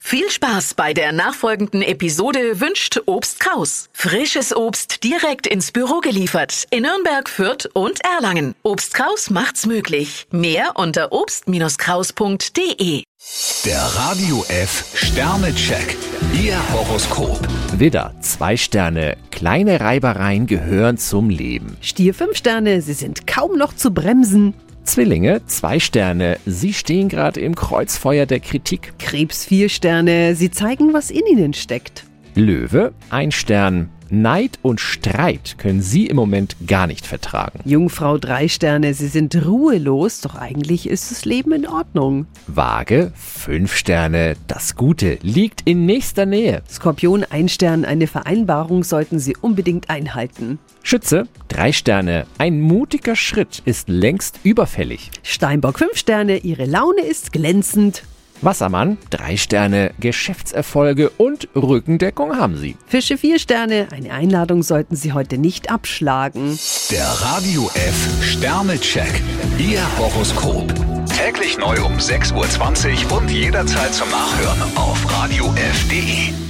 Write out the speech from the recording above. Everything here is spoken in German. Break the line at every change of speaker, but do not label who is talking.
Viel Spaß bei der nachfolgenden Episode wünscht Obst Kraus. Frisches Obst direkt ins Büro geliefert in Nürnberg, Fürth und Erlangen. Obst Kraus macht's möglich. Mehr unter obst-kraus.de.
Der Radio F Sternecheck. Ihr Horoskop.
Widder, zwei Sterne. Kleine Reibereien gehören zum Leben.
Stier 5 Sterne, Sie sind kaum noch zu bremsen.
Zwillinge, zwei Sterne. Sie stehen gerade im Kreuzfeuer der Kritik.
Krebs 4 Sterne, Sie zeigen, was in Ihnen steckt.
Löwe, ein Stern. Neid und Streit können Sie im Moment gar nicht vertragen.
Jungfrau 3 Sterne, Sie sind ruhelos, doch eigentlich ist das Leben in Ordnung.
Waage, fünf Sterne. Das Gute liegt in nächster Nähe.
Skorpion 1 Stern, eine Vereinbarung sollten Sie unbedingt einhalten.
Schütze, drei Sterne. Ein mutiger Schritt ist längst überfällig.
Steinbock 5 Sterne, Ihre Laune ist glänzend.
Wassermann, drei Sterne. Geschäftserfolge und Rückendeckung haben Sie.
Fische 4 Sterne, eine Einladung sollten Sie heute nicht abschlagen.
Der Radio F Sternecheck. Ihr Horoskop. Täglich neu um 6.20 Uhr und jederzeit zum Nachhören auf Radio radiof.de.